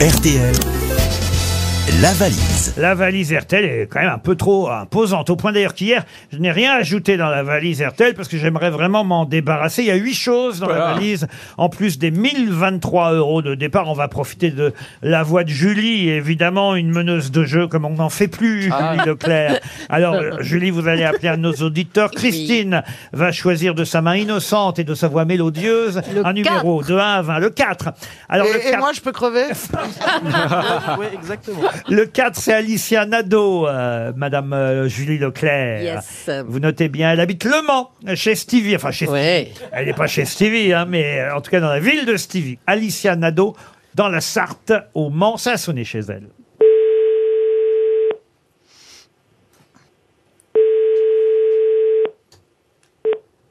RTL, la valise. La valise RTL est quand même un peu trop imposante. Au point d'ailleurs qu'hier, je n'ai rien ajouté dans la valise RTL parce que j'aimerais vraiment m'en débarrasser. Il y a huit choses dans la valise. En plus des 1023 euros de départ, on va profiter de la voix de Julie, évidemment, une meneuse de jeu comme on n'en fait plus, Julie Leclerc. Alors, euh, Julie, vous allez appeler à nos auditeurs. Christine va choisir de sa main innocente et de sa voix mélodieuse un numéro de 1 à 20, le 4. Alors, le Et, et 4 moi, je peux crever Le 4, c'est Alicia Nadeau, euh, Madame euh, Julie Leclerc. Yes. Vous notez bien, elle habite Le Mans, chez Stevie. Enfin, chez Ouais. elle n'est pas chez Stevie, hein, mais euh, en tout cas dans la ville de Stevie. Alicia Nadeau, dans la Sarthe, au Mans. Ça a sonné chez elle.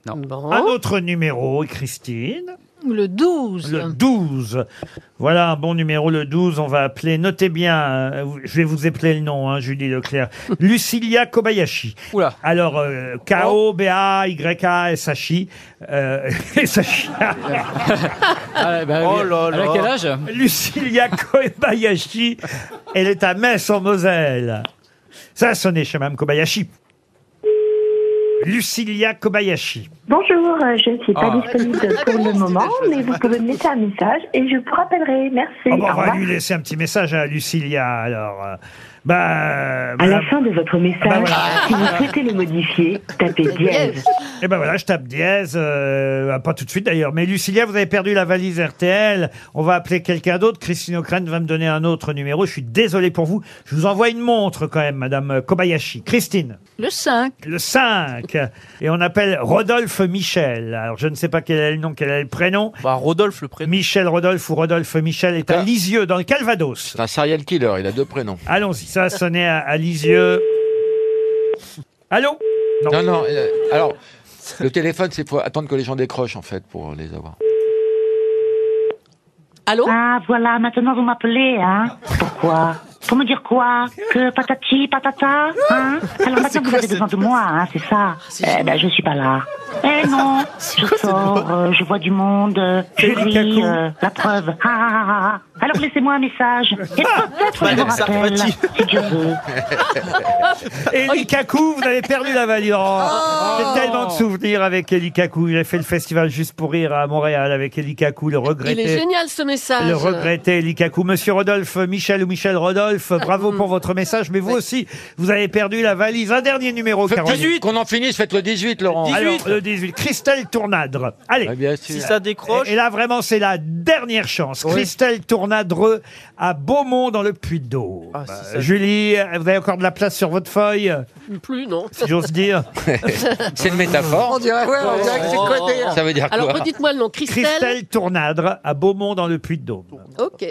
Ah Bon. Un autre numéro, Christine. Le 12. Le 12. Voilà un bon numéro, le 12. On va appeler, notez bien, euh, je vais vous épeler le nom, hein, Julie Leclerc. Lucilia Kobayashi. Oula. Alors, euh, K-O-B-A-Y-A-S-H-I. euh, S-H-I. Ah, bah, Oh là elle a là. quel âge Lucilia Kobayashi. Elle est à Metz, en Moselle. Ça a sonné chez Mme Kobayashi. Lucilia Kobayashi. Bonjour, euh, je ne suis pas Ah. disponible pour le moment, mais vous pouvez me laisser un message et je vous rappellerai. Merci. Oh, bah, Au on va revoir. lui laisser un petit message à Lucilia, alors. euh, Bah, À la madame- fin de votre message, Ah bah voilà. si vous souhaitez le modifier, tapez dièse. Eh ben voilà, je tape dièse, euh, pas tout de suite d'ailleurs. Mais Lucilia, vous avez perdu la valise RTL. On va appeler quelqu'un d'autre. Christine O'Crane va me donner un autre numéro. Je suis désolé pour vous. Je vous envoie une montre quand même, Madame Kobayashi. Christine, Le 5. le 5. Et on appelle Rodolphe Michel. Alors je ne sais pas quel est le nom, quel est le prénom. Bah, Rodolphe le prénom. Michel Rodolphe ou Rodolphe Michel est à Ah. Lisieux, dans le Calvados. C'est un serial killer, il a deux prénoms. Allons-y, ça a sonné à, à Lisieux. Allô Non, non, euh, alors, le téléphone, c'est pour attendre que les gens décrochent, en fait, pour les avoir. Allô Ah, voilà, maintenant vous m'appelez, hein Pourquoi Pour me dire quoi Que patati, patata Hein Alors maintenant vous avez besoin de moi, hein, c'est ça Eh ben, je suis pas là. Eh non Je sors, euh, je vois du monde, euh, je Eric ris, Cacou. euh, la preuve. Ah, ah, ah, ah. Alors laissez-moi un message. Et peut-être que je vous Madame rappelle, Sarkozy. si Dieu veut. Eli Kaku, vous avez perdu la valise. Oh, J'ai tellement de souvenirs avec Eli Kaku. J'ai fait le festival juste pour rire à Montréal avec Eli Kaku, le Il est regretté. génial ce message. Le regretté Eli Kaku. Monsieur Rodolphe, Michel ou Michel Ah. Rodolphe, bravo pour votre message, mais vous aussi, vous avez perdu la valise. Un dernier numéro, Faites Caroline. 18 Qu'on en finisse, faites le 18, Laurent. 18. Alors, le 18. Christelle Tournadre. Allez. Ah, bien sûr. Si ça décroche, Et et là, vraiment, c'est la dernière chance. Christelle Tournadreux à Beaumont dans le Puy-de-Dôme. Ah, si ça- Euh, Julie, vous avez encore de la place sur votre feuille, Plus, non. si j'ose dire. C'est une métaphore. On dirait, ouais, on dirait que c'est codé. hein. Ça veut dire quoi Alors, redites-moi le nom. Christelle. Christelle Tournadre à Beaumont dans le Puy-de-Dôme. Ok.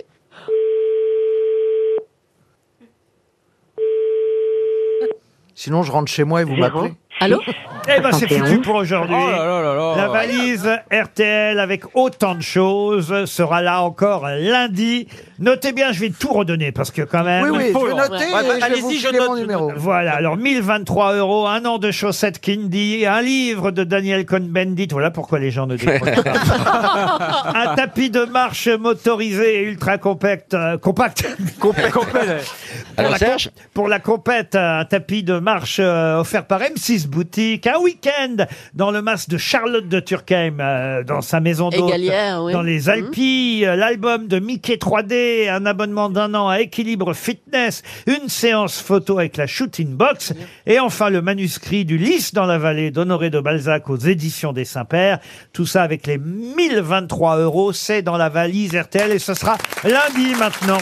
Sinon, je rentre chez moi et vous Zéro. m'appelez. Allô Eh ben, c'est foutu 71. pour aujourd'hui. Oh là là là là. La valise RTL avec autant de choses sera là encore lundi. Notez bien, je vais tout redonner parce que quand même. Oui, oui, je faut, vais Laurent. noter Ouais, bah, et je vais allez-y, vous je filer note, mon je numéro. Voilà, alors 1023 euros, un an de chaussettes Kindy, un livre de Daniel Cohn-Bendit, voilà pourquoi les gens ne décrochent pas. un tapis de marche motorisé et ultra compact, euh, compact complet, complet. Alors, Serge, pour la compète, un tapis de marche euh, offert par M6 Boutique, un week-end dans le mas de Charlotte de Turckheim, euh, dans sa maison d'hôte, Égalière, oui. dans les Mhm. Alpilles, euh, l'album de Mickey 3D, un abonnement d'un an à Équilibre Fitness, une séance photo avec la Shooting Box, et enfin le manuscrit du Lys dans la vallée d'Honoré de Balzac aux éditions des Saint-Pères. Tout ça avec les 1023 euros, c'est dans la valise RTL, et ce sera lundi maintenant.